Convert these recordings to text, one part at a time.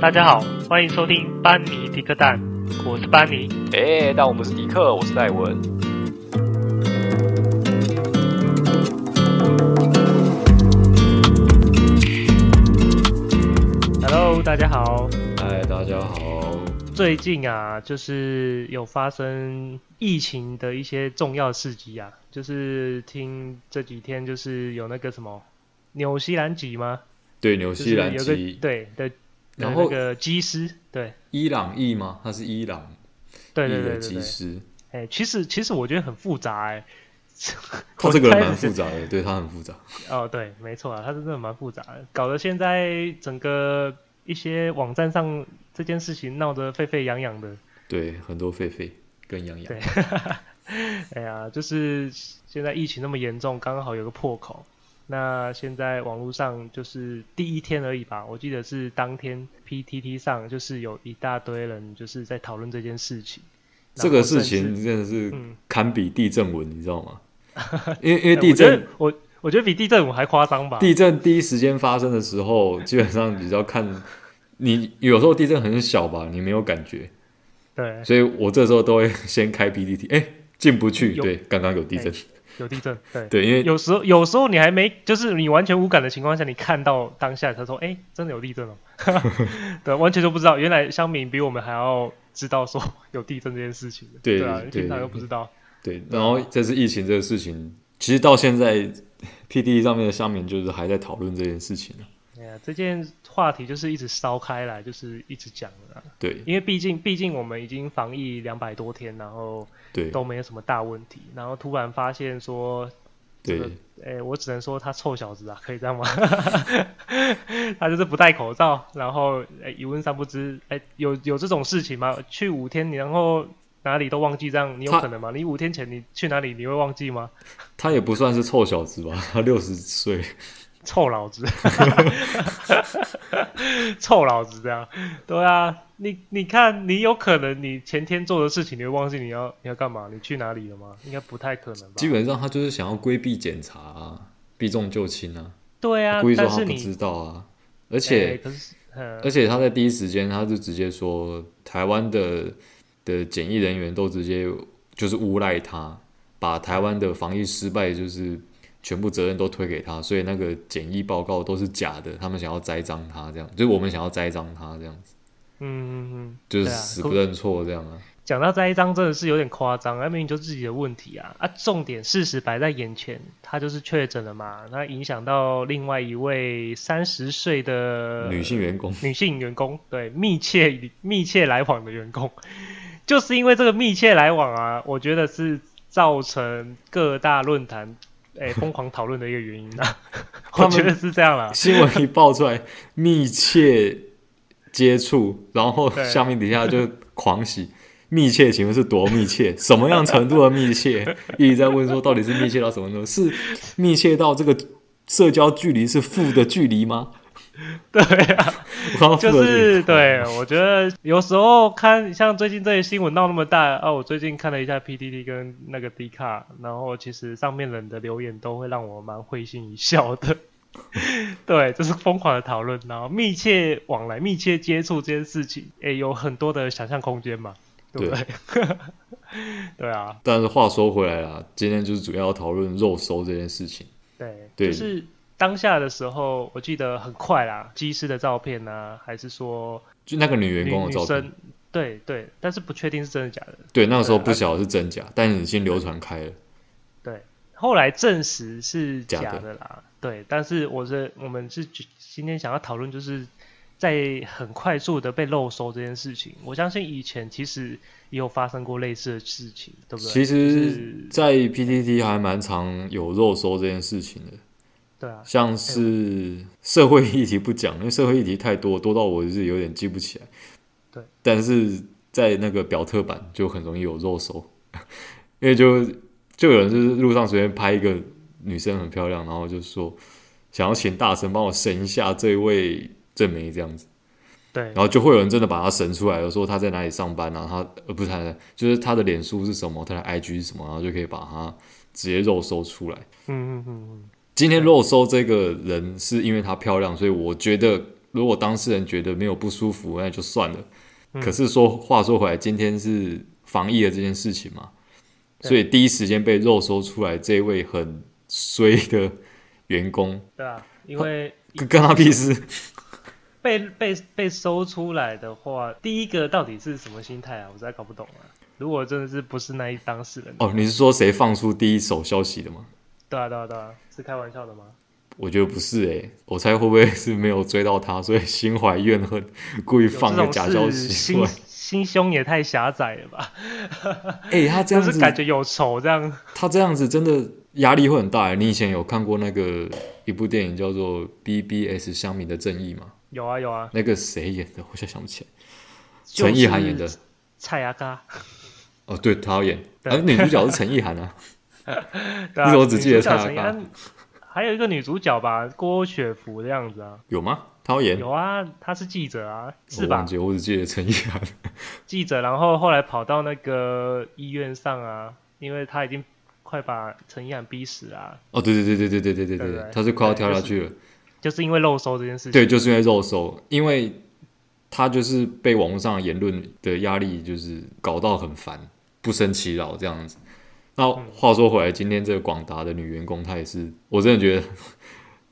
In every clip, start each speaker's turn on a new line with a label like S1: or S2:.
S1: 大家好，欢迎收听班尼迪克蛋，我是班尼。
S2: 哎、那我们是迪克，我是戴文。
S1: Hello，大家好。
S3: 嗨，大家好。
S1: 最近啊，就是有发生疫情的一些重要事迹啊，就是听这几天就是有那个什么纽西兰籍吗？
S3: 对，纽
S1: 就
S3: 西
S1: 是
S3: 兰
S1: 有
S3: 籍
S1: 个，对的，那
S3: 然后
S1: 个机师，对
S3: 伊朗裔吗？他是伊朗
S1: 对
S3: 裔
S1: 对对
S3: 的
S1: 对
S3: 技
S1: 对。
S3: 师，
S1: 哎、其实其实我觉得很复杂哎、
S3: 他这个人
S1: 我开
S3: 蛮
S1: 始
S3: 复杂的，对他很复杂。
S1: 哦，对，没错啊，它是真的蛮复杂的，搞得现在整个一些网站上这件事情闹得沸沸扬扬的。
S3: 对，很多狒狒跟羊羊
S1: 对。 哎呀，就是现在疫情那么严重，刚好有个破口。那现在网络上就是第一天而已吧，我记得是当天 PTT 上就是有一大堆人就是在讨论这件事情。
S3: 这个
S1: 然后
S3: 事
S1: 甚
S3: 情
S1: 至，
S3: 真的是
S1: 嗯，
S3: 堪比地震文，你 知道吗？因为因为
S1: 哎
S3: 地
S1: 我
S3: 震，，
S1: 觉得我啊我觉得比地震我还夸张吧。
S3: 地震第一时间发生的时候，基本上你只要看，你有时候地震很小吧，你没有感觉，
S1: 对，
S3: 所以我这时候都会先开 PPT，哎、进不去。
S1: 有
S3: 对，刚刚有地震，
S1: 有地震，对。
S3: 对，因为
S1: 有时候，有时候你还没，就是你完全无感的情况下，你看到当下，他说：“哎、真的有地震 哦。”对，完全都不知道，原来乡民比我们还要知道说 有地震这件事情的。
S3: 对
S1: 对啊，
S3: 对
S1: 平常都不知道。
S3: 对，
S1: 啊
S3: 然后这次疫情这个事情，其实到现在 P D E 上面的乡民就是还在讨论这件事情啊
S1: 哎呀，这件话题就是一直烧开来，就是一直讲了啊、
S3: 对
S1: 因为毕竟，毕竟我们已经防疫两百多天，然后
S3: 对
S1: 都没有什么大问题，然后突然发现说这个
S3: 对，
S1: 哎、我只能说他臭小子啊，可以这样吗？ 他就是不戴口罩，然后哎、一问三不知，哎、有有这种事情吗？去五天，你然后哪里都忘记，这样你有
S3: 他
S1: 可能吗？你五天前你去哪里，你会忘记吗？
S3: 他也不算是臭小子吧， 他六十岁，
S1: 臭老 子，臭老子这样，对啊，你你看，你有可能你前天做的事情，你会忘记你要你要干嘛，你去哪里了吗？应该不太可能吧？
S3: 基本上他就是想要规避检查啊，避重就轻啊，
S1: 对啊
S3: 故意，说
S1: 但
S3: 他
S1: 是
S3: 不
S1: 你
S3: 知道啊，而
S1: 而
S3: 且、
S1: 可是
S3: 而
S1: 嗯，
S3: 且他在第一时间他就直接说台湾的的检疫人员都直接就是诬赖他，把台湾的防疫失败就是全部责任都推给他，所以那个检疫报告都是假的，他们想要栽赃他这样，就是我们想要栽赃他这样子，
S1: 嗯嗯嗯。
S3: 就是
S1: 对啊
S3: 死
S1: 可
S3: 不认错这样啊。
S1: 讲到这一章真的是有点夸张，那明明就自己的问题啊啊！重点事实摆在眼前，他就是确诊了嘛，那影响到另外一位三十岁的
S3: 女性员工，
S1: 女性员工，对，密切密切来往的员工，就是因为这个密切来往啊，我觉得是造成各大论坛哎疯狂讨论的一个原因啊，我
S3: 他们
S1: 觉得是这样啦。
S3: 新闻一爆出来，密切接触，然后
S1: 对
S3: 下面底下就狂喜。 密切，请问是多密切？ 什么样程度的密切？ 一直在问说，到底是密切到什么程度？是密切到这个社交距离是负的距离吗？
S1: 对啊，
S3: 然 后负
S1: 就
S3: 的距离
S1: 是对，我觉得有时候看像最近这些新闻闹那么大啊，我最近看了一下 PDD 跟那个 D 卡，然后其实上面人的留言都会让我蛮会心一笑的。 对，就是疯狂的讨论，然后密切往来、密切接触这件事情，诶，有很多的想象空间嘛，对不对？ 对啊，
S3: 但是话说回来啦，今天就是主要讨论肉搜这件事情。
S1: 对，
S3: 对
S1: 就是当下的时候，我记得很快啦，机师的照片呢、还是说
S3: 就那个女员
S1: 女
S3: 工的照
S1: 女
S3: 片
S1: 生，，对对，但是不确定是真的假的。
S3: 对，那个时候
S1: 对啊
S3: 不晓得是真假，但已经流传开了。
S1: 对，后来证实是
S3: 假
S1: 假
S3: 的
S1: 的啦。对，但是我是我们是举今天想要讨论，就是在很快速的被漏收这件事情。我相信以前其实也有发生过类似的事情，对不对？
S3: 其
S1: 就
S3: 实
S1: 是，
S3: 在 PTT 还蛮常有肉搜这件事情的，
S1: 对啊，
S3: 像是社会议题不讲，因为社会议题太多，多到我是有点记不起来。
S1: 对，
S3: 但是在那个表特版就很容易有肉搜， 因为就就有人就是路上随便拍一个女生很漂亮，然后就说想要请大神帮我神一下这位正梅这样子。
S1: 对
S3: 然，后就会有人真的把他神出来了，说他在哪里上班啊，他呃不是他在，就是他的脸书是什么，他的 IG 是什么，然后就可以把他直接肉搜出来。
S1: 嗯嗯嗯嗯，
S3: 今天肉搜这个人是因为她漂亮，所以我觉得如果当事人觉得没有不舒服，那就算了。
S1: 嗯
S3: 可是说话说回来，今天是防疫的这件事情嘛，
S1: 对
S3: 所以第一时间被肉搜出来这位很衰的员工，
S1: 对啊，因为
S3: 跟跟他屁事。
S1: 被被被搜出来的话，第一个到底是什么心态啊？我实在搞不懂啊。如果真的是不是那一当事人，
S3: 哦，你是说谁放出第一手消息的吗？
S1: 对啊对啊对啊，是开玩笑的吗？
S3: 我觉得不是诶、我猜会不会是没有追到他，所以心怀怨恨，故意
S1: 有
S3: 放
S1: 这
S3: 个
S1: 种
S3: 假
S1: 事
S3: 消息出
S1: 心
S3: 来？
S1: 心胸也太狭窄了 吧？
S3: 诶、哎他这
S1: 就
S3: 样
S1: 是
S3: 子，
S1: 感觉有仇这样。
S3: 他这样子真的压力会很大、欸。你以前有看过那个一部电影叫做《BBS 乡民的正义》吗？
S1: 有啊有啊，
S3: 那个谁演的？我现在想不起来，
S1: 就
S3: 陈意涵演
S1: 是
S3: 的。
S1: 蔡阿 嘎。
S3: 哦，对，他要演，
S1: 对
S3: 而、女主角是陈意 涵啊。
S1: 对啊，
S3: 你怎么只记得
S1: 女主角
S3: 蔡阿
S1: 陈意
S3: 嘎
S1: 涵还有一个女主角吧，郭雪芙的样子啊。
S3: 有吗？他要演？
S1: 有啊，她是记者啊，是
S3: 我
S1: 吧
S3: 忘？记了，我只记得陈意涵。
S1: 记者，然后后来跑到那个医院上啊，因为他已经快把陈意涵逼死啊，
S3: 哦，对对对对对对对对
S1: 对
S3: 对
S1: 对，
S3: 他是快要跳下去了。
S1: 就是因为漏收这件事情。
S3: 对，就是因为肉搜，因为他就是被网络上的言论的压力就是搞到很烦，不胜其扰这样子。那话说回来，今天这个广达的女员工，她也是，我真的觉得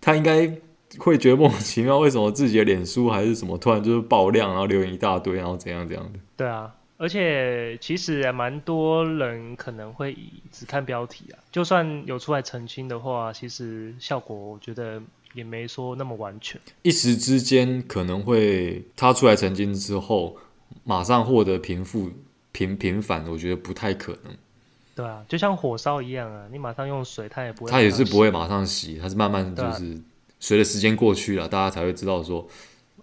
S3: 她应该会觉得莫名其妙，为什么自己的脸书还是什么突然就是爆量，然后留言一大堆，然后怎样怎样的。
S1: 对啊，而且其实也蛮多人可能会以只看标题啊，就算有出来澄清的话，其实效果我觉得也没说那么完全。
S3: 一时之间可能会他出来澄清之后，马上获得平复平平反，我觉得不太可能。
S1: 对啊，就像火烧一样啊，你马上用水，它也不会。
S3: 他也是不。会马上洗，他是慢慢就
S1: 对啊
S3: 是随着时间过去了，大家才会知道说，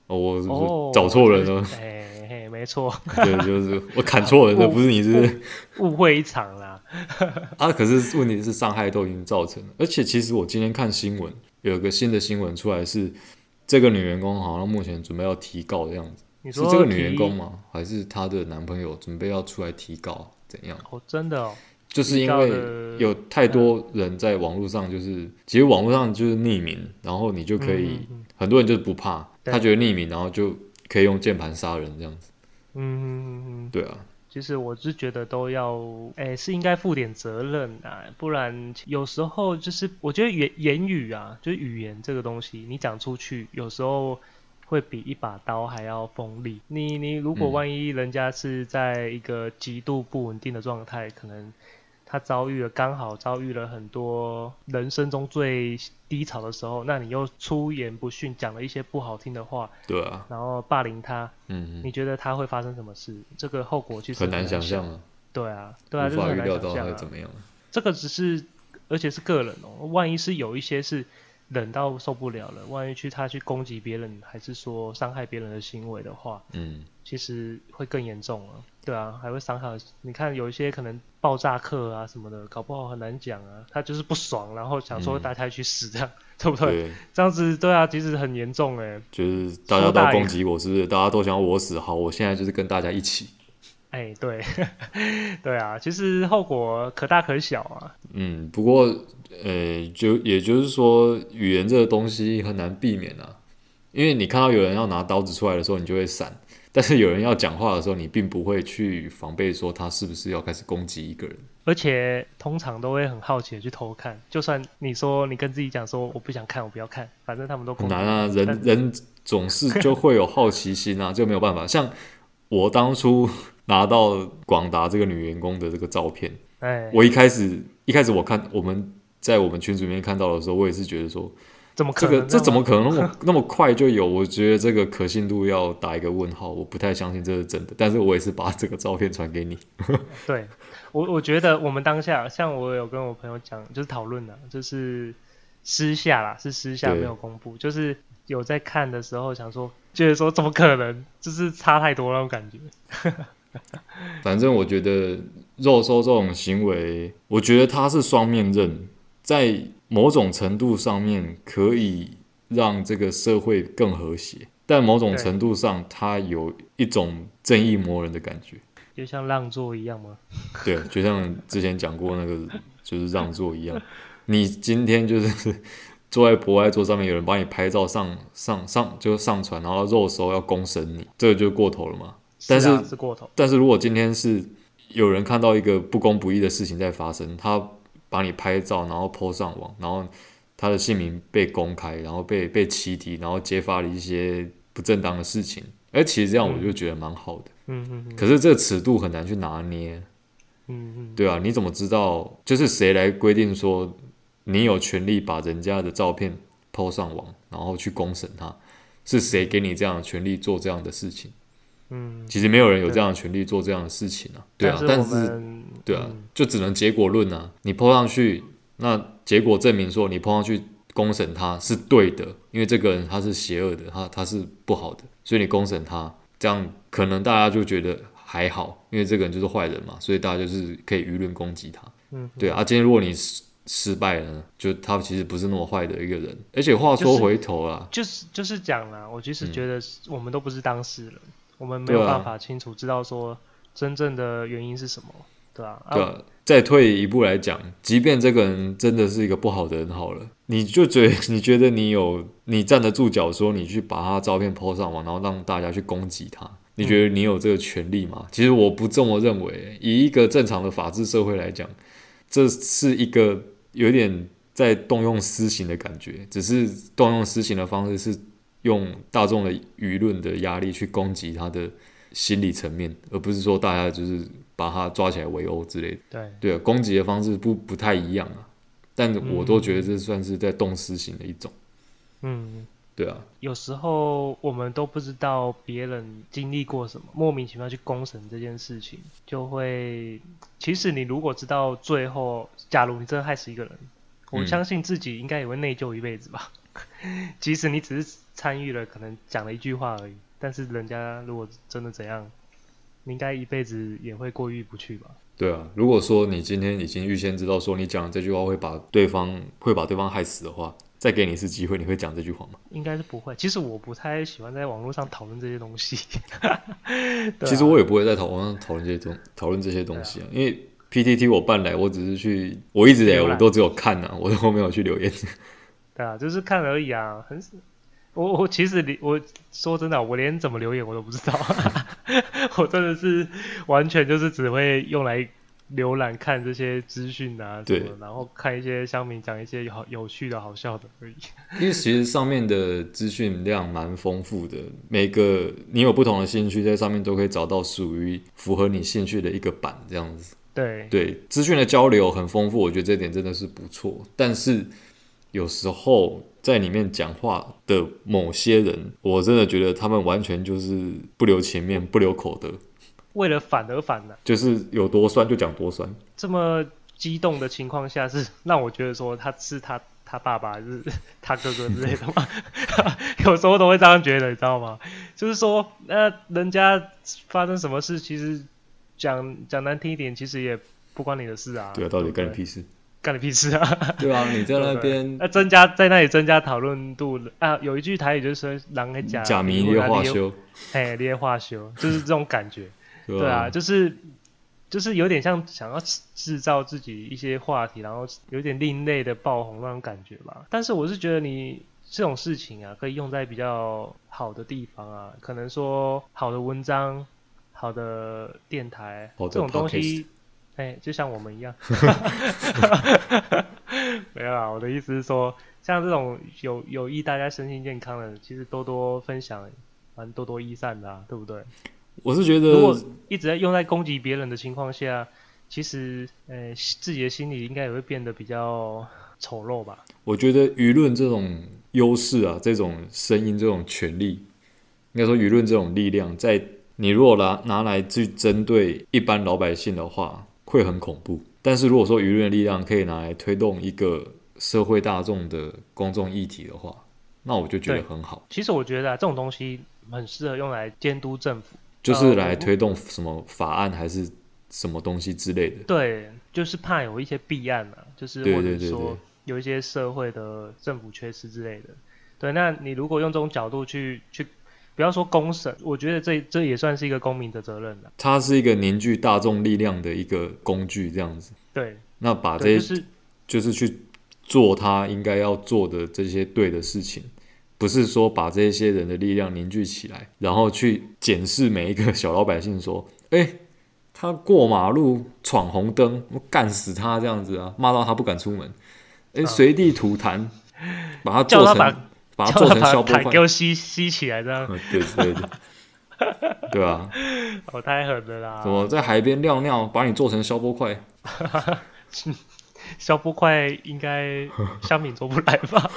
S3: 哦，我
S1: 哦
S3: 我，找错人了，
S1: 哎嘿，没错，
S3: 对，就是我砍错人了，
S1: 我
S3: 不是你是
S1: 哦
S3: 不是
S1: 误会一场啦。
S3: 啊？可是问题是伤害都已经造成了，而且其实我今天看新闻，有个新的新闻出来是这个女员工好像目前准备要提告的样子，
S1: 你
S3: 是
S1: 说
S3: 这个女员
S1: 提
S3: 工？吗？还是她的男朋友准备要出来提告？怎样？
S1: 哦，真的哦，
S3: 就是因
S1: 提
S3: 为
S1: 告的嗯
S3: 有太多人在网络上，就是其实网络上就是匿名，然后你就可以
S1: 嗯嗯嗯
S3: 很多人就是不怕，
S1: 对
S3: 他觉得匿名，然后就可以用键盘杀人这样子。
S1: 嗯嗯嗯嗯。
S3: 对啊，
S1: 其实我是觉得都要，哎，是应该负点责任啊，不然有时候就是我觉得言言语啊，就是语言这个东西，你讲出去有时候会比一把刀还要锋利。你你如果
S3: 嗯
S1: 万一人家是在一个极度不稳定的状态，可能他遭遇了刚好遭遇了很多人生中最低潮的时候，那你又出言不逊，讲了一些不好听的话，
S3: 对啊，
S1: 然后霸凌他，
S3: 嗯，
S1: 你觉得他会发生什么事？这个后果其实
S3: 很难想
S1: 想
S3: 象啊，
S1: 对啊，对啊，
S3: 无
S1: 就是
S3: 法
S1: 很
S3: 预
S1: 难
S3: 料
S1: 想
S3: 到他
S1: 象、
S3: 会
S1: 啊
S3: 怎。么样啊。
S1: 这个只是，而且是个人哦。万一是有一些是冷到受不了了，万一去他去攻击别人，还是说伤害别人的行为的话，
S3: 嗯，
S1: 其实会更严重啊。对啊，还会伤害。你看有一些可能爆炸客啊什么的，搞不好很难讲啊。他就是不爽，然后想说
S3: 嗯
S1: 大家去死这样， 对不对？
S3: 对，
S1: 这样子对啊，其实很严重哎、
S3: 就是大家
S1: 说
S3: 都
S1: 大
S3: 攻击我，是不是？大家都想要我死，好，我现在就是跟大家一起。
S1: 哎，对， 对啊，其实后果可大可小啊。
S3: 嗯，不过呃，就也就是说，语言这个东西很难避免啊，因为你看到有人要拿刀子出来的时候，你就会闪；但是有人要讲话的时候，你并不会去防备说他是不是要开始攻击一个人。
S1: 而且通常都会很好奇的去偷看，就算你说你跟自己讲说我不想看，我不要看，反正他们都
S3: 很
S1: 攻击
S3: 难啊，人
S1: 但
S3: 人总是就会有好奇心啊，就 没有办法。像我当初 拿到广达这个女员工的这个照片，
S1: 哎，
S3: 我一开始一开始我看我们在我们群组里面看到的时候，我也是觉得说。
S1: 怎么
S3: 这
S1: 可
S3: 个
S1: 能？
S3: 这怎么
S1: 样
S3: 可能那么 那么快就有？我觉得这个可信度要打一个问号，我不太相信这是真的。但是我也是把这个照片传给你。
S1: 对我？我觉得我们当下，像我有跟我朋友讲，就是讨论的，就是私下啦，是私下
S3: 对
S1: 没有公布，就是有在看的时候想说，觉得说怎么可能？就是差太多那种感觉。
S3: 反正我觉得肉搜这种行为，我觉得它是双面刃，在某种程度上面可以让这个社会更和谐，但某种
S1: 对
S3: 程度上它有一种正义魔人的感觉。
S1: 就像让座一样吗？
S3: 对，就像之前讲过那个，就是让座一样，你今天就是坐在博爱座上面，有人把你拍照上上上就上传，然后肉搜要公审你，这个就过头了嘛。但
S1: 是啊
S3: 是
S1: 是过头，
S3: 但是如果今天是有人看到一个不公不义的事情在发生，他把你拍照，然后 po 上网，然后他的姓名被公开，然后被被起底，然后揭发了一些不正当的事情，哎，其实这样我就觉得蛮好的。
S1: 嗯嗯嗯
S3: 可是这个尺度很难去拿捏，
S1: 嗯嗯，
S3: 对啊，你怎么知道就是谁来规定说你有权利把人家的照片 po 上网，然后去公审他？是谁给你这样的权利做这样的事情？
S1: 嗯，
S3: 其实没有人有这样的权利做这样的事情啊，对啊，但
S1: 但我
S3: 是
S1: 们
S3: 对啊
S1: 嗯，
S3: 就只能结果论啊。你 po 上去，那结果证明说你 po 上去公审他是对的，因为这个人他是邪恶的，他他是不好的，所以你公审他，这样可能大家就觉得还好，因为这个人就是坏人嘛，所以大家就是可以舆论攻击他。
S1: 嗯，
S3: 对啊，今天如果你失失败了呢，就他其实不是那么坏的一个人。而且话说回头啊，
S1: 就是就是讲啦，我其实
S3: 嗯
S1: 觉得是我们都不是当事人，我们没
S3: 对
S1: 有
S3: 啊
S1: 办法清楚知道说真正的原因是什么，对啊，啊
S3: 对啊，再退一步来讲，即便这个人真的是一个不好的人好了，你就觉你觉得 你有你站得住脚，说你去把他照片 PO 上网，然后让大家去攻击他。你觉得你有这个权利吗？其实我不这么认为。以一个正常的法治社会来讲，这是一个有点在动用私刑的感觉，只是动用私刑的方式是用大众的舆论的压力去攻击他的心理层面，而不是说大家就是把他抓起来围殴之类的。
S1: 对，
S3: 对啊，攻击的方式不不太一样啊，但我都觉得这算是在动私刑的一种。
S1: 嗯。
S3: 对啊，
S1: 有时候我们都不知道别人经历过什么，莫名其妙去公审这件事情，就会。其实你如果知道最后，假如你真的害死一个人，我
S3: 嗯
S1: 相信自己应该也会内疚一辈子吧。 即使你只是参与了，可能讲了一句话而已，但是人家如果真的怎样，你应该一辈子也会过意不去吧？
S3: 对啊，如果说你今天已经预先知道说你讲的这句话会把对方会把对方害死的话，再给你一次机会，你会讲这句话吗？
S1: 应该是不会。其实我不太喜欢在网络上讨论这些东西。 对啊
S3: 其实我也不会在讨论讨论这些东讨论这些东西啊，因为 PTT 我办来，我只是去，我一直以来
S1: 浏览
S3: 我都只有看啊，我都没有去 留言。
S1: 对啊，就是看而已啊，很少。我我其实连我说真的，啊我连怎么留言我都不知道，我真的是完全就是只会用来浏览看这些资讯啊什
S3: 对
S1: 么，然后看一些乡民讲一些好有趣的好笑的而已。
S3: 因为其实上面的资讯量蛮丰富的，每个你有不同的兴趣，在上面都可以找到属于符合你兴趣的一个版这样子。
S1: 对，
S3: 对，资讯的交流很丰富，我觉得这点真的是不错。但是有时候在里面讲话的某些人，我真的觉得他们完全就是不留情面、不留口德，
S1: 为了反而反呢、啊
S3: 就是有多酸就讲多酸。
S1: 这么激动的情况下，是 让我觉得说他是他他爸爸，就是 他哥哥之类的嘛。 有时候都会这样觉得，你知道吗？就是说，那、人家发生什么事，其实讲讲难听一点，其实也不关你的事啊。
S3: 对啊，到底
S1: 不对
S3: 干你屁事？
S1: 干你屁事啊！
S3: 对啊，你在那边
S1: 那、增加在那里增加讨论度啊，有一句台语就是说“狼给 假
S3: 假名列化，修，
S1: 哎，猎化修”，就是这种感觉。
S3: 对
S1: 对
S3: 啊
S1: 啊，，就是就是有点像想要制制造自己一些话题，然后有点另类的爆红那种感觉吧。但是我是觉得你这种事情啊，可以用在比较好的地方啊，可能说好的文章、好的电台
S3: 好的
S1: 这种东
S3: podcast
S1: 西，哎、就像我们 一样。 没有啦，我的意思是说，像这种有有益大家身心健康的，其实多多分享，蛮多多益善的、啊，对不对？
S3: 我是觉
S1: 如果
S3: 得
S1: 一直在用在攻击别人的情况下，其实呃自己的心理应该也会变得比较丑陋吧。
S3: 我觉得舆论这种优势啊，这种声音、这种权利，应该说舆论这种力量，在你如果拿拿来去针对一般老百姓的话，会很恐怖。但是如果说舆论的力量可以拿来推动一个社会大众的公众议题的话，那我就觉得
S1: 对
S3: 很好，
S1: 其实我觉得、啊、这种东西很适合用来监督政府，
S3: 就是来推动什么法案还是什么东西之类的。
S1: 对，就是怕有一些弊案啊，就是
S3: 对
S1: 或者
S3: 对对对
S1: 说有一些社会的政府缺失之类的。对，那你如果用这种角度去去，不要说公审，我觉得这这也算是一个公民的责任啊了、
S3: 它是一个凝聚大众力量的一个工具，这样子。
S1: 对，
S3: 啊那把这
S1: 对，就
S3: 些
S1: 是
S3: 就是去做他应该要做的这些对的事情，不是说把这些人的力量凝聚起来，然后去检视每一个小老百姓说，哎、他过马路闯红灯，我干死他这样子啊，骂到他不敢出门，哎、随地吐痰，把他做
S1: 啊叫他
S3: 成
S1: 把
S3: 把他
S1: 叫
S3: 做
S1: 他
S3: 成
S1: 把
S3: 消波
S1: 痰给
S3: 块，
S1: 我吸吸起来，这样
S3: 嗯对之类的，对啊，
S1: 我哦太狠了啦
S3: 什！么在海边尿尿，把你做成消波块，
S1: 消波块应该香敏做不来吧？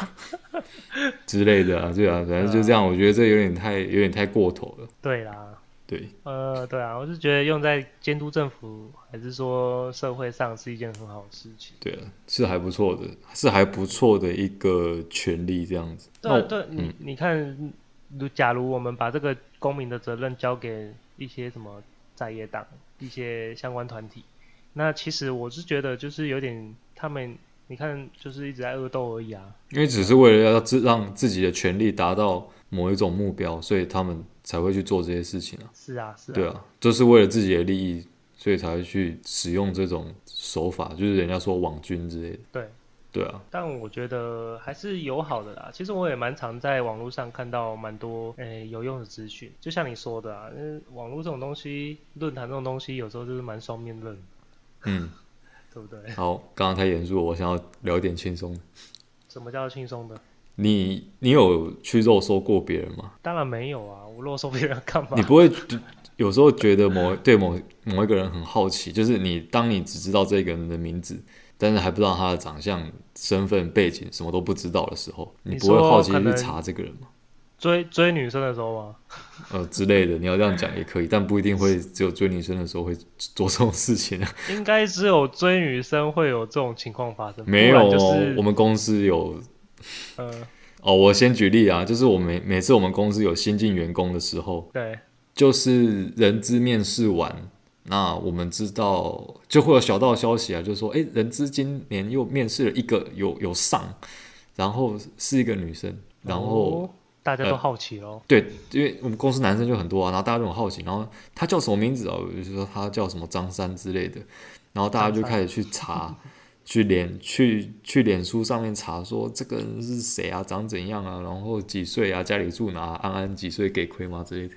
S3: 之类的啊，对啊，反正就这样，我觉得这有点太有点太过头了，
S1: 对啦，
S3: 对，
S1: 呃，对啊，我是觉得用在监督政府还是说社会上是一件很好的事情。
S3: 对啊，是还不错的，是还不错的一个权利这样子。
S1: 对啊
S3: 那我
S1: 对啊，你你看，如假如我们把这个公民的责任交给一些什么在野党、一些相关团体，那其实我是觉得就是有点他们，你看就是一直在恶斗而已啊。
S3: 因为只是为了要自让自己的权利达到某一种目标，所以他们才会去做这些事情啊。
S1: 是啊，是啊，
S3: 对啊，就是为了自己的利益，所以才会去使用这种手法，就是人家说网军之类的。
S1: 对。
S3: 对啊，
S1: 但我觉得还是友好的啦。其实我也蛮常在网络上看到蛮多诶、有用的资讯，就像你说的啊，嗯网络这种东西，论坛这种东西，有时候就是蛮双面刃，
S3: 嗯，
S1: 对不对？
S3: 好，刚刚太严肃了，我想要聊一点轻松的。
S1: 什么叫轻松的？
S3: 你你有去肉搜过别人吗？
S1: 当然没有啊，我啰嗦别人干嘛
S3: 你？不会有时候觉得某 对某某一个人很好奇，就是你当你只知道这个人的名字，但是还不知道他的长相、身份、背景，什么都不知道的时候，
S1: 你
S3: 不会好奇
S1: 说可
S3: 去
S1: 能
S3: 查这个人吗？
S1: 追追女生的时候吗？啊
S3: 呃之类的，你要这样讲也可以，但不一定会只有追女生的时候会做这种事情 啊。
S1: 应该只有追女生会有这种情况发生，
S3: 没
S1: 不
S3: 有
S1: 然
S3: 哦，
S1: 就是
S3: 我们公司有
S1: 呃，
S3: 哦，我先举例啊，就是我每每次我们公司有新进员工的时候，
S1: 对，
S3: 就是人资面试完，那我们知道就会有小道消息啊，就说，哎，人资今年又面试了一个有有上，然后是一个女生，然后、
S1: 哦大家都
S3: 呃
S1: 好奇哦，
S3: 对，因为我们公司男生就很多啊，然后大家就很好奇，然后她叫什么名字啊？我就说她叫什么张三之类的，然后大家就开始去查，去脸去去脸书上面查说这个人是谁啊，长怎样啊，然后几岁啊，家里住哪、安安几岁给亏吗之类的，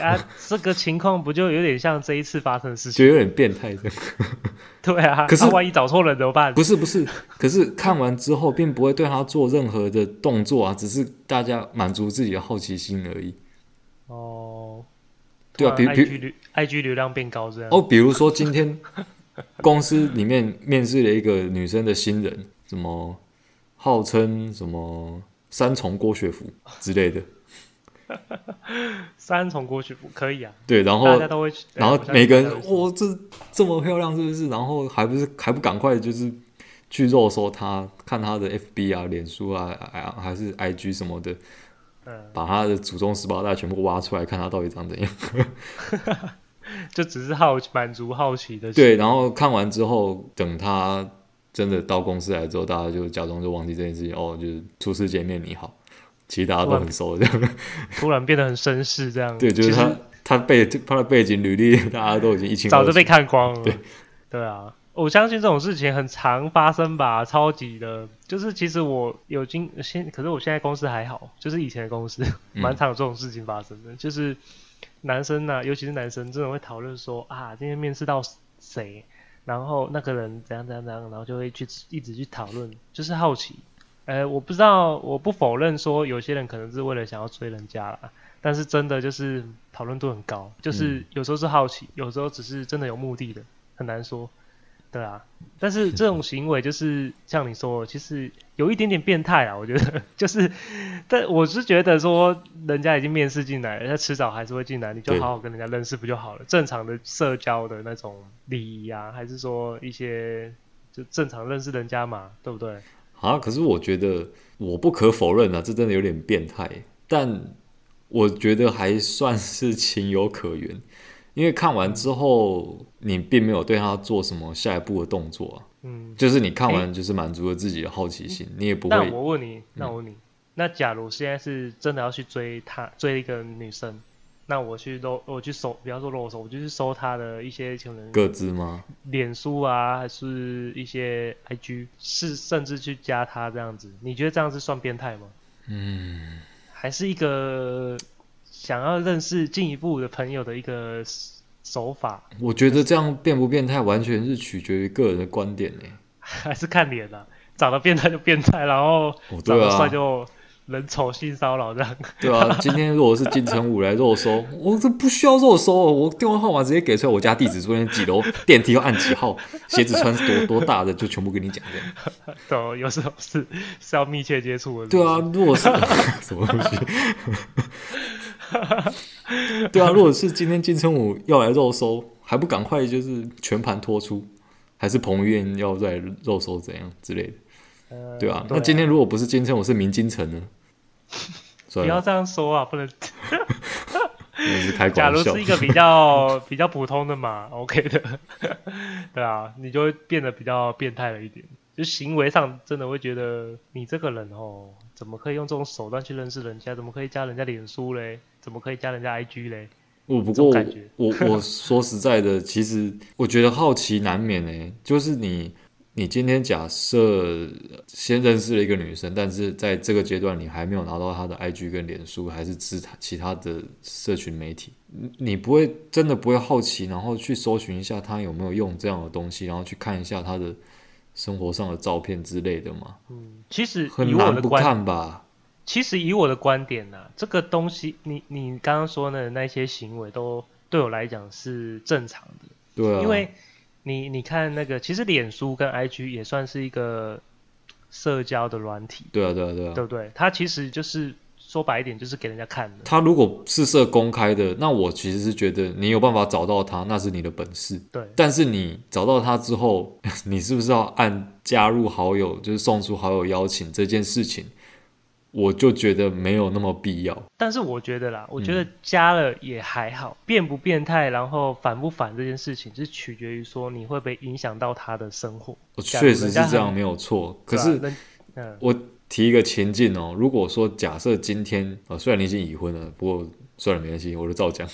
S1: 哎啊，这个情况不就有点像这一次发生的事
S3: 就
S1: 情？
S3: 有点变态这样。
S1: 对啊，
S3: 可是
S1: 啊万一找错人怎么办？
S3: 不是不是，可是看完之后并不会对他做任何的动作啊，只是大家满足自己的好奇心而已。
S1: 哦，
S3: 对啊
S1: 突然
S3: 比
S1: IG 流 IG 流量变高这样。
S3: 哦，比如说今天公司里面面试了一个女生的新人，什么号称什么三重郭雪芙之类的，
S1: 三重过去不可以啊，
S3: 对，然后
S1: 大家都会去。
S3: 哦然后
S1: 对
S3: 每个人，哦
S1: 我相信
S3: 哇、这这么漂亮是不是？然后还不是还不赶快就是去肉搜她，看她的 FB 啊、脸书啊、啊还是 IG 什么的，
S1: 嗯，
S3: 把他的祖宗十八代全部挖出来，看他到底长怎样。
S1: 就只是好满足好奇的心。
S3: 对，然后看完之后，等他真的到公司来之后，大家就假装就忘记这件事情，哦，就是初次见面你好，其实大家都很熟这样。
S1: 突然变得很绅士这样。
S3: 对，就是
S1: 其实
S3: 他他背他的背景履历，大家都已经一清
S1: 早
S3: 二
S1: 就
S3: 楚
S1: 被。看光了。
S3: 对，
S1: 对啊，我相信这种事情很常发生吧，超级的。就是其实我有经现，可是我现在公司还好，就是以前的公司
S3: 嗯
S1: 蛮常有这种事情发生的，就是男生呢、尤其是男生，真的会讨论说啊，今天面试到谁，然后那个人怎样怎样怎样，然后就会去一直去讨论，就是好奇。呃，我不知道，我不否认说有些人可能是为了想要追人家啦，但是真的就是讨论度很高，就是有时候是好奇，有时候只是真的有目的的，很难说，对啊。但是这种行为就是像你说的，其实有一点点变态啊，我觉得 就是，但我是觉得说人家已经面试进来了，他迟早还是会进来，你就
S3: 对
S1: 好好跟人家认识不就好了？正常的社交的那种礼仪啊，还是说一些就正常认识人家嘛，对不对？
S3: 啊，可是我觉得我不可否认啊，这真的有点变态，但我觉得还算是情有可原，因为看完之后你并没有对他做什么下一步的动作啊。
S1: 嗯，
S3: 就是你看完就是满足了自己的好奇心，你也不
S1: 那
S3: 会嗯
S1: 我问你，那我问你，那假如现在是真的要去追她，追一个女生，那我去搜，我去搜，比方说啰嗦，我就去搜他的一些可能
S3: 各自吗？
S1: 脸书啊，还是一些 IG，是甚至去加他这样子，你觉得这样子算变态吗？
S3: 嗯，
S1: 还是一个想要认识进一步的朋友的一个手法，
S3: 我觉得这样变不变态，完全是取决于个人的观点呢、
S1: 还是看脸啊？长得变态就变态，然后
S3: 哦，
S1: 长
S3: 对
S1: 得帅
S3: 啊，
S1: 就人丑性骚扰这样。
S3: 对啊。今天如果是金城武来肉搜，我这不需要肉搜哦，我电话号码直接给出来，我家地址，住在几楼，电梯要按几号，鞋子穿多多大的，就全部跟你讲这样。
S1: 懂，有时候是是要密切接触的。
S3: 对啊，如果是 什么东西？ 对啊，如果是今天金城武要来肉搜，还不赶快就是全盘托出，还是彭于晏要来肉搜怎样之类的？
S1: 是不是，呃
S3: 对啊，那今天如果不是金城武，是明金城 呢？
S1: 不
S3: 算
S1: 要
S3: 了，
S1: 这样说啊，不能。
S3: 那是开个
S1: 假
S3: 玩
S1: 如
S3: 笑
S1: 是。一个比较比较普通的嘛，OK 的， 对啊，你就会变得比较变态了一点。就行为上真的会觉得你这个人哦，怎么可以用这种手段去认识人家？怎么可以加人家脸书嘞？怎么可以加人家 IG 嘞？
S3: 我哦不
S1: 这种
S3: 过
S1: 感觉
S3: 我我说实在的，其实我觉得好奇难免诶、就是你你今天假设先认识了一个女生，但是在这个阶段你还没有拿到她的 IG 跟脸书，还是其他其他的社群媒体，你你不会真的不会好奇，然后去搜寻一下她有没有用这样的东西，然后去看一下她的生活上的照片之类的吗？
S1: 嗯，其实
S3: 很
S1: 以我
S3: 难
S1: 的
S3: 不
S1: 观
S3: 看吧？
S1: 其实以我的观点呢、这个东西，你你刚刚说的那些行为都对我来讲是正常的，
S3: 对啊，
S1: 因为你你看那个，其实脸书跟 IG 也算是一个社交的软体，
S3: 对啊，对啊，对啊，
S1: 对不对？它其实就是说白一点，就是给人家看的，
S3: 他如果是设公开的，那我其实是觉得你有办法找到他，那是你的本事。
S1: 对
S3: 但是你找到他之后， 你是不是要按加入好友，就是送出好友邀请这件事情，我就觉得没有那么必要。
S1: 但是我觉得啦，我觉
S3: 嗯
S1: 得加了也还好，变不变态，然后反不反这件事情，是取决于说你会不会影响到他的生活。
S3: 我
S1: 假如
S3: 确实
S1: 人
S3: 是
S1: 家
S3: 这样，
S1: 很
S3: 没有错。
S1: 对
S3: 可
S1: 吧
S3: 是
S1: 人嗯，
S3: 我提一个情境哦，如果说假设今天啊、呃虽然你已经已婚了，不过算了，没关系，我就照讲。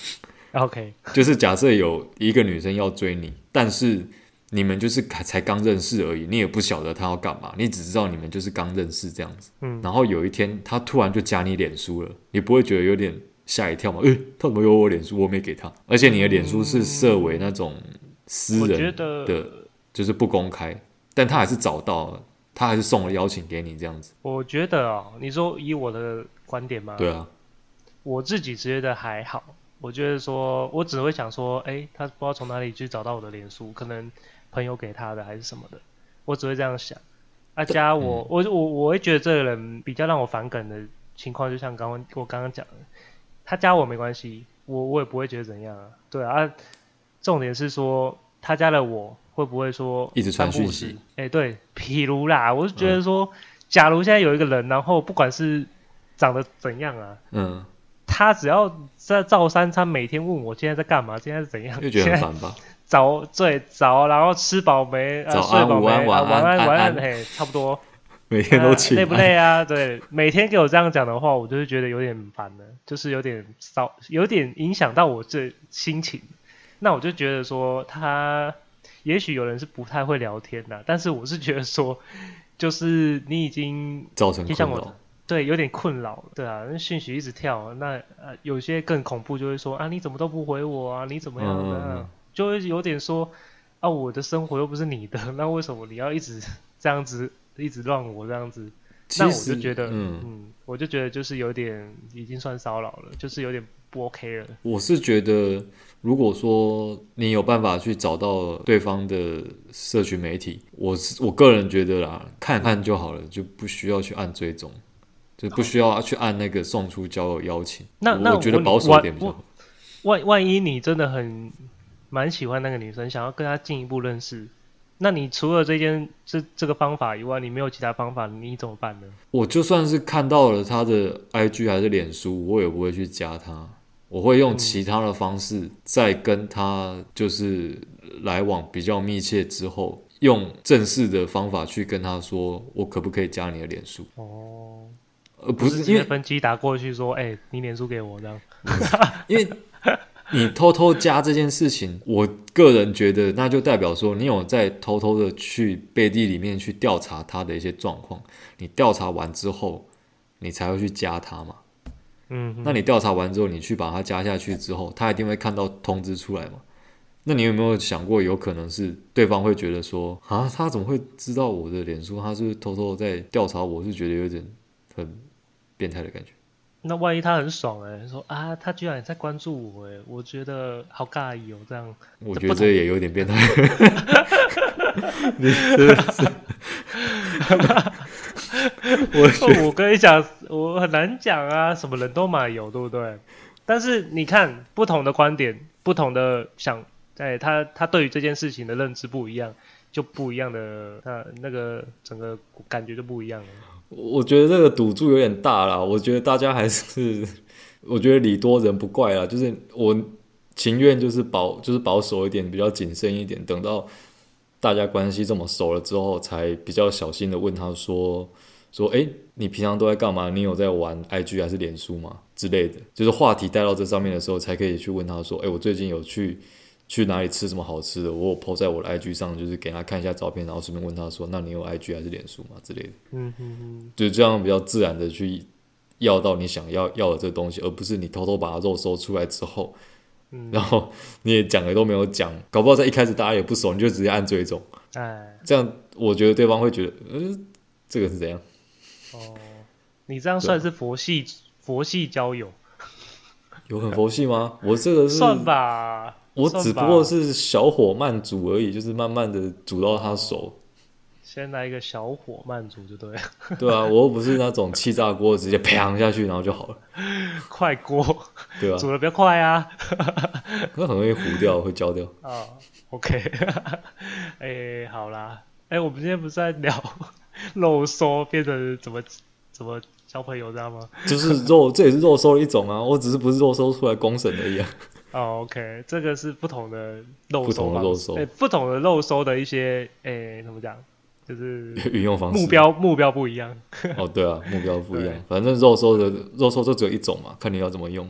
S1: OK，
S3: 就是假设有一个女生要追你，但是你们就是才刚认识而已，你也不晓得她要干嘛，你只知道你们就是刚认识这样子。
S1: 嗯
S3: 然后有一天她突然就加你脸书了，你不会觉得有点吓一跳吗？诶、她怎么有我脸书？我没给她，而且你的脸书是设为那种私
S1: 嗯我觉
S3: 人
S1: 得
S3: 的，就是不公开，但她还是找到了，她还是送了邀请给你这样子。
S1: 我觉得哦，你说以我的观点吗？
S3: 对啊，
S1: 我自己觉得还好，我觉得说，我只会想说，诶，他不知道从哪里去找到我的脸书，可能朋友给他的还是什么的，我只会这样想。啊，加我，
S3: 嗯
S1: 我我我会觉得这个人比较让我反感的情况，就像刚刚我刚刚讲的，他加我没关系，我我也不会觉得怎样啊。对啊，啊重点是说他加了我，会不会说
S3: 一直传
S1: 三不五
S3: 讯
S1: 时
S3: 息？嗯
S1: 哎、对，比如啦，我是觉得说，假如现在有一个人，然后不管是长得怎样啊，
S3: 嗯，
S1: 他只要在照三餐，每天问我现在在干嘛，现在是怎样，
S3: 又觉得 很
S1: 现在
S3: 烦吧？
S1: 早对早，然后吃饱没，呃、
S3: 早安
S1: 睡饱没，
S3: 午安
S1: 呃
S3: 晚安
S1: 晚
S3: 安
S1: 晚安，
S3: 安
S1: 嘿，差不 多。
S3: 每天都请、
S1: 呃累不累啊？对，每天给我这样讲的话，我就是觉得有点烦了，就是有点骚，有点影响到我这心情。那我就觉得说他，也许有人是不太会聊天的，但是我是觉得说，就是你已经
S3: 造成
S1: 就
S3: 困
S1: 像我
S3: 扰。
S1: 对，有点困扰，对啊，那讯息一直跳，那呃有些更恐怖，就会说啊你怎么都不回我啊，你怎么样的、
S3: 嗯嗯嗯
S1: 就会有点说啊我的生活又不是你的，那为什么你要一直这样子，一直让我这样子？
S3: 其
S1: 那我
S3: 实
S1: 就觉得，
S3: 嗯
S1: 嗯，我就觉得就是有点已经算骚扰了，就是有点不 OK 了。
S3: 我是觉得，如果说你有办法去找到对方的社群媒体，我是我个人觉得啦，看看就好了，就不需要去按追踪，就不需要去按那个送出交友邀请。
S1: 那
S3: 我
S1: 那
S3: 我觉得
S1: 我
S3: 保守一点比较好。
S1: 万万一你真的很蛮喜欢那个女生，想要跟她进一步认识，那你除了这件这这个方法以外，你没有其他方法，你怎么办呢？
S3: 我就算是看到了他的 IG 还是脸书，我也不会去加他，我会用其他的方式再跟他就是来往比较密切之后，用正式的方法去跟他说，我可不可以加你的脸书？
S1: 哦，
S3: 呃，
S1: 不
S3: 不
S1: 是
S3: 是
S1: 直
S3: 因
S1: 接
S3: 为
S1: 分机打过去说，哎、你脸书给我这样，
S3: 因 为你偷偷加这件事情，我个人觉得那就代表说你有在偷偷的去背地里面去调查他的一些状况，你调查完之后，你才会去加他嘛。
S1: 嗯哼，
S3: 那你调查完之后，你去把它加下去之后，他一定会看到通知出来嘛？那你有没有想过，有可能是对方会觉得说啊，他怎么会知道我的脸书？他是不是偷偷在调查我，是觉得有点很变态的感觉。
S1: 那万一他很爽哎、说啊，他居然也在关注我哎、我觉得好尬异哦，这样
S3: 我
S1: 这
S3: 觉
S1: 不
S3: 得
S1: 同
S3: 这也有点 变态。 你真的是，我觉得
S1: 哦，我跟你讲，我很难讲啊，什么人都嘛有，对不对？但是你看，不同的观点，不同的想，哎，他他对于这件事情的认知不一样，就不一样的，那那个整个感觉就不一样了。
S3: 我觉得这个赌注有点大啦，我觉得大家还是， 我觉得礼多人不怪啦，就是我情愿就是保就是保守一点，比较谨慎一点，等到大家关系这么熟了之后，才比较小心的问他说说，哎、你平常都在干嘛？你有在玩 IG 还是脸书吗？之类的，就是话题带到这上面的时候，才可以去问他说，哎、我最近有去。去哪里吃什么好吃的？我有 po 在我的 IG 上，就是给他看一下照片，然后顺便问他说：“那你有 IG 还是脸书吗？”之类的。
S1: 嗯哼哼，
S3: 就这样比较自然的去要到你想要要的这东西，而不是你偷偷把它肉搜出来之后，
S1: 嗯
S3: 然后你也讲了都没有讲，搞不好在一开始大家也不熟，你就直接按追踪，
S1: 哎，
S3: 这样我觉得对方会觉得，呃，这个是怎样？
S1: 哦，你这样算是佛系佛系交友，
S3: 有很佛 系吗？我这个是，
S1: 算吧。
S3: 我
S1: 算
S3: 只不
S1: 吧
S3: 过是小火慢煮而已，就是慢慢的煮到它熟，
S1: 先来一个小火慢煮就对了，
S3: 对啊，我又不是那种气炸锅直接砰下去然后就好了，
S1: 快锅
S3: 对吧、
S1: 煮的比较快啊。
S3: 那很容易糊掉，会焦掉。
S1: 啊，OK，哎、好啦，哎、我们今天不是在聊 肉搜变成怎么怎么交朋友，知道吗？
S3: 就是肉，这也是肉搜的一种啊，我只是不是肉搜出来公审而已啊。
S1: 哦，OK，这个是不同的肉
S3: 不
S1: 搜
S3: 同的
S1: 方
S3: 肉
S1: 式
S3: 搜
S1: 哎、不同的肉搜的一些，哎、怎么讲，就是
S3: 运用 方式
S1: 目标目标不一样，
S3: 哦，对啊，目标不一
S1: 对
S3: 样。反正肉搜的肉搜就只有一种嘛，看你要怎么用。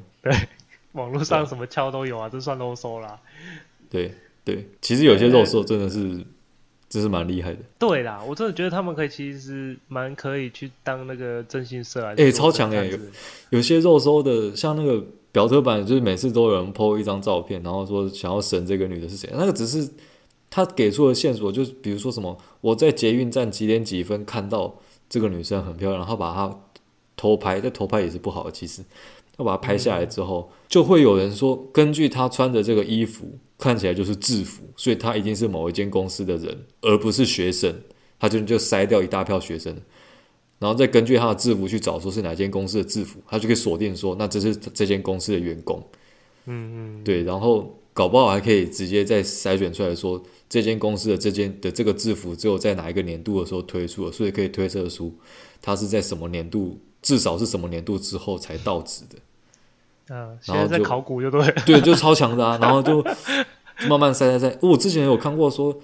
S1: 网络上什么敲都有啊，这算肉搜啦。
S3: 对对，其实有些肉搜真的是，真是蛮厉害的。
S1: 对啦，我真的觉得他们可以，其实蛮可以去当那个征信社啊，
S3: 哎超强
S1: 哎、
S3: 哎有些肉搜的，像那个表特版，就是每次都有人 PO 一张照片，然后说想要审这个女的是谁，那个只是他给出的线索，就是比如说什么我在捷运站几点几分看到这个女生很漂亮，然后把她偷拍，但偷拍也是不好的，其实要把它拍下来之后，就会有人说，根据她穿的这个衣服看起来就是制服，所以她一定是某一间公司的人，而不是学生，他就就筛掉一大票学生。然后再根据他的制服去找，说是哪间公司的制服，他就可以锁定说，那这是这间公司的员工，
S1: 嗯嗯，
S3: 对，然后搞不好还可以直接再筛选出来说，这间公司的这间的这个制服只有在哪一个年度的时候推出的，所以可以推测出它是在什么年度，至少是什么年度之后才到职的，
S1: 嗯，现
S3: 然
S1: 在
S3: 后
S1: 在
S3: 就
S1: 考古就对了，
S3: 对，就超强的啊，然后就慢慢筛筛筛。我之前有看过说，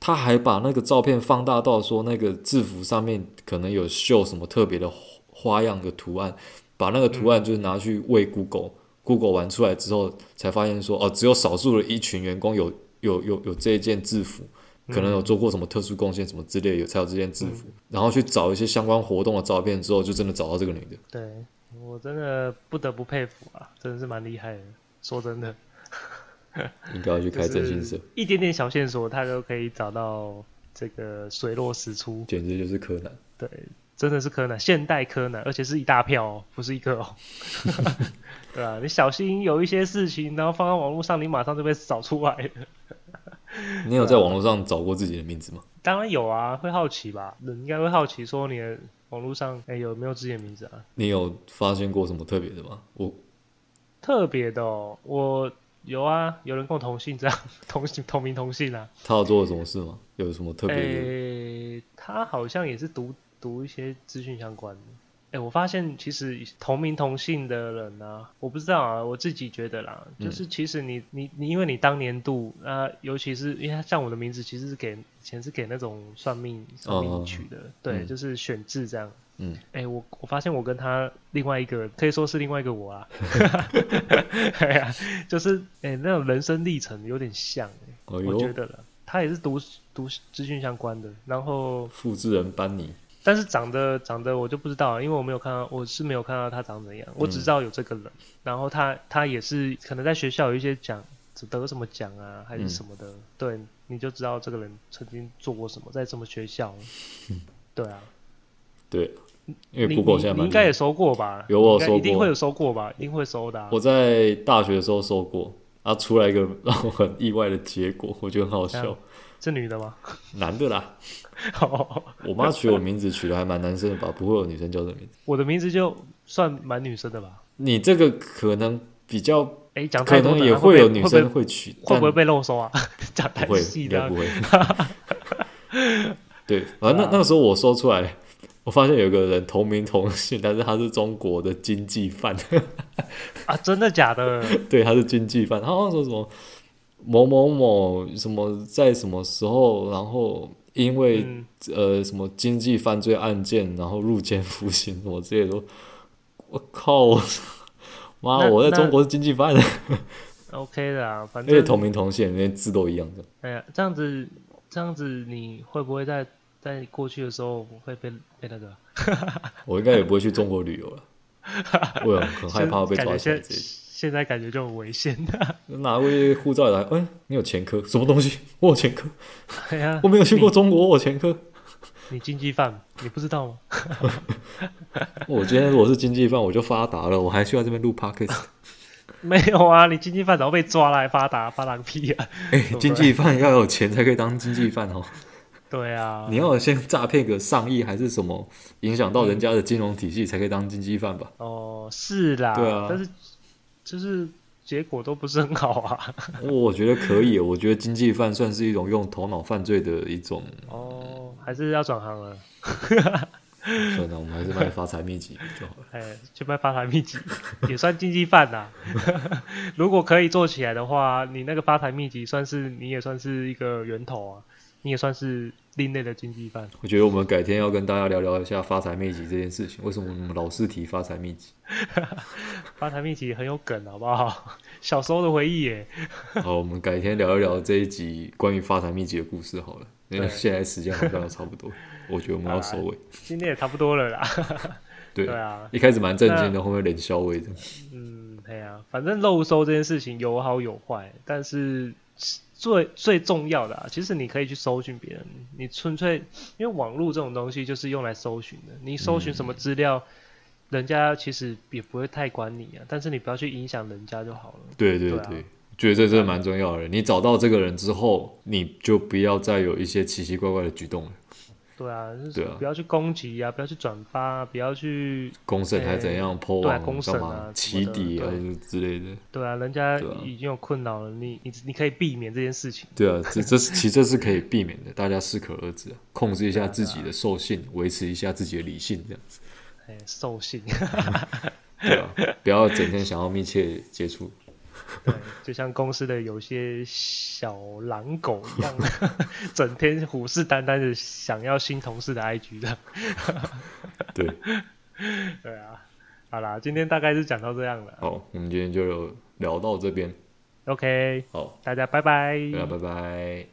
S3: 他还把那个照片放大到说那个制服上面可能有绣什么特别的花样的图案，把那个
S1: 嗯
S3: 图案就是拿去喂 Google。Google 完出来之后，才发现说哦，只有少数的一群员工有有有有这一件制服，可
S1: 嗯
S3: 能有做过什么特殊贡献什么之类的，有才有这件制服。然后去找一些相关活动的照片之后，就真的找到这个女的。
S1: 对我真的不得不佩服啊，真的是蛮厉害的。说真的，
S3: 应该要去
S1: 就
S3: 开征信社
S1: 是，一点点小线索，他都可以找到这个水落石出。
S3: 简直就是柯南。
S1: 对，真的是柯南，现代柯南，而且是一大票哦，不是一个哦。 对啊，你小心有一些事情，然后放到网络上，你马上就被找出来了。
S3: 你有在网络上找过自己的名字吗？
S1: 当然有啊，会好奇吧？人应该会好奇说你的网络上哎、有没有自己的名字啊？
S3: 你有发现过什么特别的吗？我
S1: 特别的哦，我有啊，有人跟我同姓这样，同姓同名同姓啊。
S3: 他有做了什么事吗？有什么特别的？
S1: 诶、他好像也是读读一些资讯相关的。诶、我发现其实同名同姓的人啊，我不知道啊，我自己觉得啦，
S3: 嗯
S1: 就是其实你你你，因为你当年度啊、呃尤其是因为像我的名字，其实是给以前是给那种算命算
S3: 哦
S1: 命取的，对，
S3: 嗯
S1: 就是选字这样。
S3: 嗯，
S1: 哎、我我发现我跟他另外一个可以说是另外一个我 啊， 哎呀，就是哎、那种人生历程有点像、哎
S3: 哦
S1: 我觉
S3: 哟，
S1: 得了。他也是读读资讯相关的，然后
S3: 复制人班尼，
S1: 但是长得长得我就不知道了，因为我没有看到，我是没有看到他长怎样，
S3: 嗯
S1: 我只知道有这个人。然后他他也是可能在学校有一些奖，得什么奖啊，还是什么的，
S3: 嗯
S1: 对，你就知道这个人曾经做过什么，在什么学校。对啊，
S3: 对，嗯因
S1: 你
S3: 为 Google
S1: 你
S3: 现在
S1: 你
S3: 蛮
S1: 应该也收过吧？
S3: 有
S1: 应
S3: 我有
S1: 该
S3: 收
S1: 一定
S3: 过
S1: 会有收过吧？一定会收的、啊。
S3: 我在大学的时候收过，啊，出来一个让我很意外的结果，我觉得很好
S1: 怎
S3: 笑
S1: 样。是女的吗？
S3: 男的啦，
S1: 哦
S3: 我妈取我名字取的还蛮男生的吧，不会有女生叫这名字。
S1: 我的名字就算蛮女生的吧？
S3: 你这个可能比较，
S1: 哎、讲
S3: 可
S1: 太多
S3: 能
S1: 的
S3: 也
S1: 啊会
S3: 会
S1: 被
S3: 有女
S1: 会被
S3: 生会取，
S1: 会
S3: 但
S1: 不会被漏收啊？ 讲太
S3: 不会，
S1: 细
S3: 应
S1: 的
S3: 该
S1: 啊
S3: 不， 会。对，反正那那个时候我说出来，我发现有个人同名同姓，但是他是中国的经济犯，
S1: 啊，真的假的？
S3: 对，他是经济犯，他好像说什么某某某什么在什么时候，然后因为、
S1: 嗯，
S3: 呃什么经济犯罪案件，然后入监服刑什么之类的，我我靠，我妈，
S1: 那
S3: 我在中
S1: 那
S3: 国是经济犯，
S1: OK 的啊，反
S3: 而且
S1: 正
S3: 同名同姓，连字都一样的。
S1: 哎呀，这样子这样子，你会不会在在过去的时候会被被那个？
S3: 我应该也不会去中国旅 游了，我有很害怕被
S1: 现
S3: 抓起来
S1: 感觉现
S3: 这些。
S1: 现在感觉就很危险。啊
S3: 拿过去护照来，哎、你有前科？什么东西？ 我有前科，
S1: 哎呀
S3: 我，没有去过 中国，我有前科。
S1: 你经济犯，你不知道吗？
S3: 我今天我是经济犯， 我就发达了，我还需要这边录 podcast。
S1: 没有啊，你经济犯早被抓来发达，发达个屁啊！
S3: 哎、经济犯要有钱才可以当经济犯哦。
S1: 对啊
S3: 你，要先诈骗个上亿还是什么，影响到人家的金融体系才可以当经济犯吧？
S1: 哦，是啦，
S3: 对啊
S1: 但是就是结果都不是很好啊。
S3: 我我觉得可以，我觉得经济犯算是一种用头脑犯罪的一 种。
S1: 哦，还是要转行了，
S3: 算了，我们还是卖发财秘籍就好了。
S1: 哎，去卖发财秘籍也算经济犯呐、 如果可以做起来的话，你那个发财秘籍算是你也算是一个源头啊，你也算是另类的经济犯。
S3: 我觉得我们改天要跟大家聊聊一下发财秘籍这件事情，为什么我们老是提发财秘 籍？
S1: 发财秘籍很有梗，好不好？ 小时候的回忆耶。
S3: 好，我们改天聊一聊这一集关于发财秘籍的故事好了，因为
S1: 对
S3: 现在时间好像也差 不多，我觉得我们要收尾。
S1: 今天也差不多了啦。
S3: 对，
S1: 对啊，
S3: 一开始蛮震惊的，后面冷笑味的。
S1: 嗯，对啊，反正漏收这件事情有好有坏，但是最最重要的啊，其实你可以去搜寻别人，你纯粹因为网络这种东西就是用来搜寻的，你搜寻什
S3: 嗯
S1: 么资料，人家其实也不会太管你啊，但是你不要去影响人家就好了。
S3: 对对
S1: 对
S3: 对，
S1: 啊
S3: 觉得这真的蛮重要的。你找到这个人之后，你就不要再有一些奇奇怪怪的举动了，
S1: 对啊，就
S3: 对
S1: 是
S3: 啊
S1: 不要去攻击啊，不要去转发、啊，不要去
S3: 公审还怎样破
S1: 对啊
S3: 网、
S1: 公审
S3: 干
S1: 啊
S3: 嘛
S1: 什么
S3: 起
S1: 的
S3: 底啊
S1: 对
S3: 之类的。
S1: 对啊，人家
S3: 对啊
S1: 已经有困扰了，你你你可以避免这件事情。
S3: 对啊，这这是其实这是可以避免的，大家适可而止啊，控制一下自己的兽性，维持一下自己的理性，这样子，
S1: 哎，兽性，
S3: 对啊，不要整天想要密切接触。
S1: 对，就像公司的有些小狼狗一样， 整天虎视眈眈的想要新同事的 IG 的。
S3: 对，
S1: 对啊，好啦，今天大概就讲到这样了。
S3: 好，我们今天就聊到这边，
S1: OK，
S3: 好，
S1: 啊大家拜拜
S3: 大家拜拜。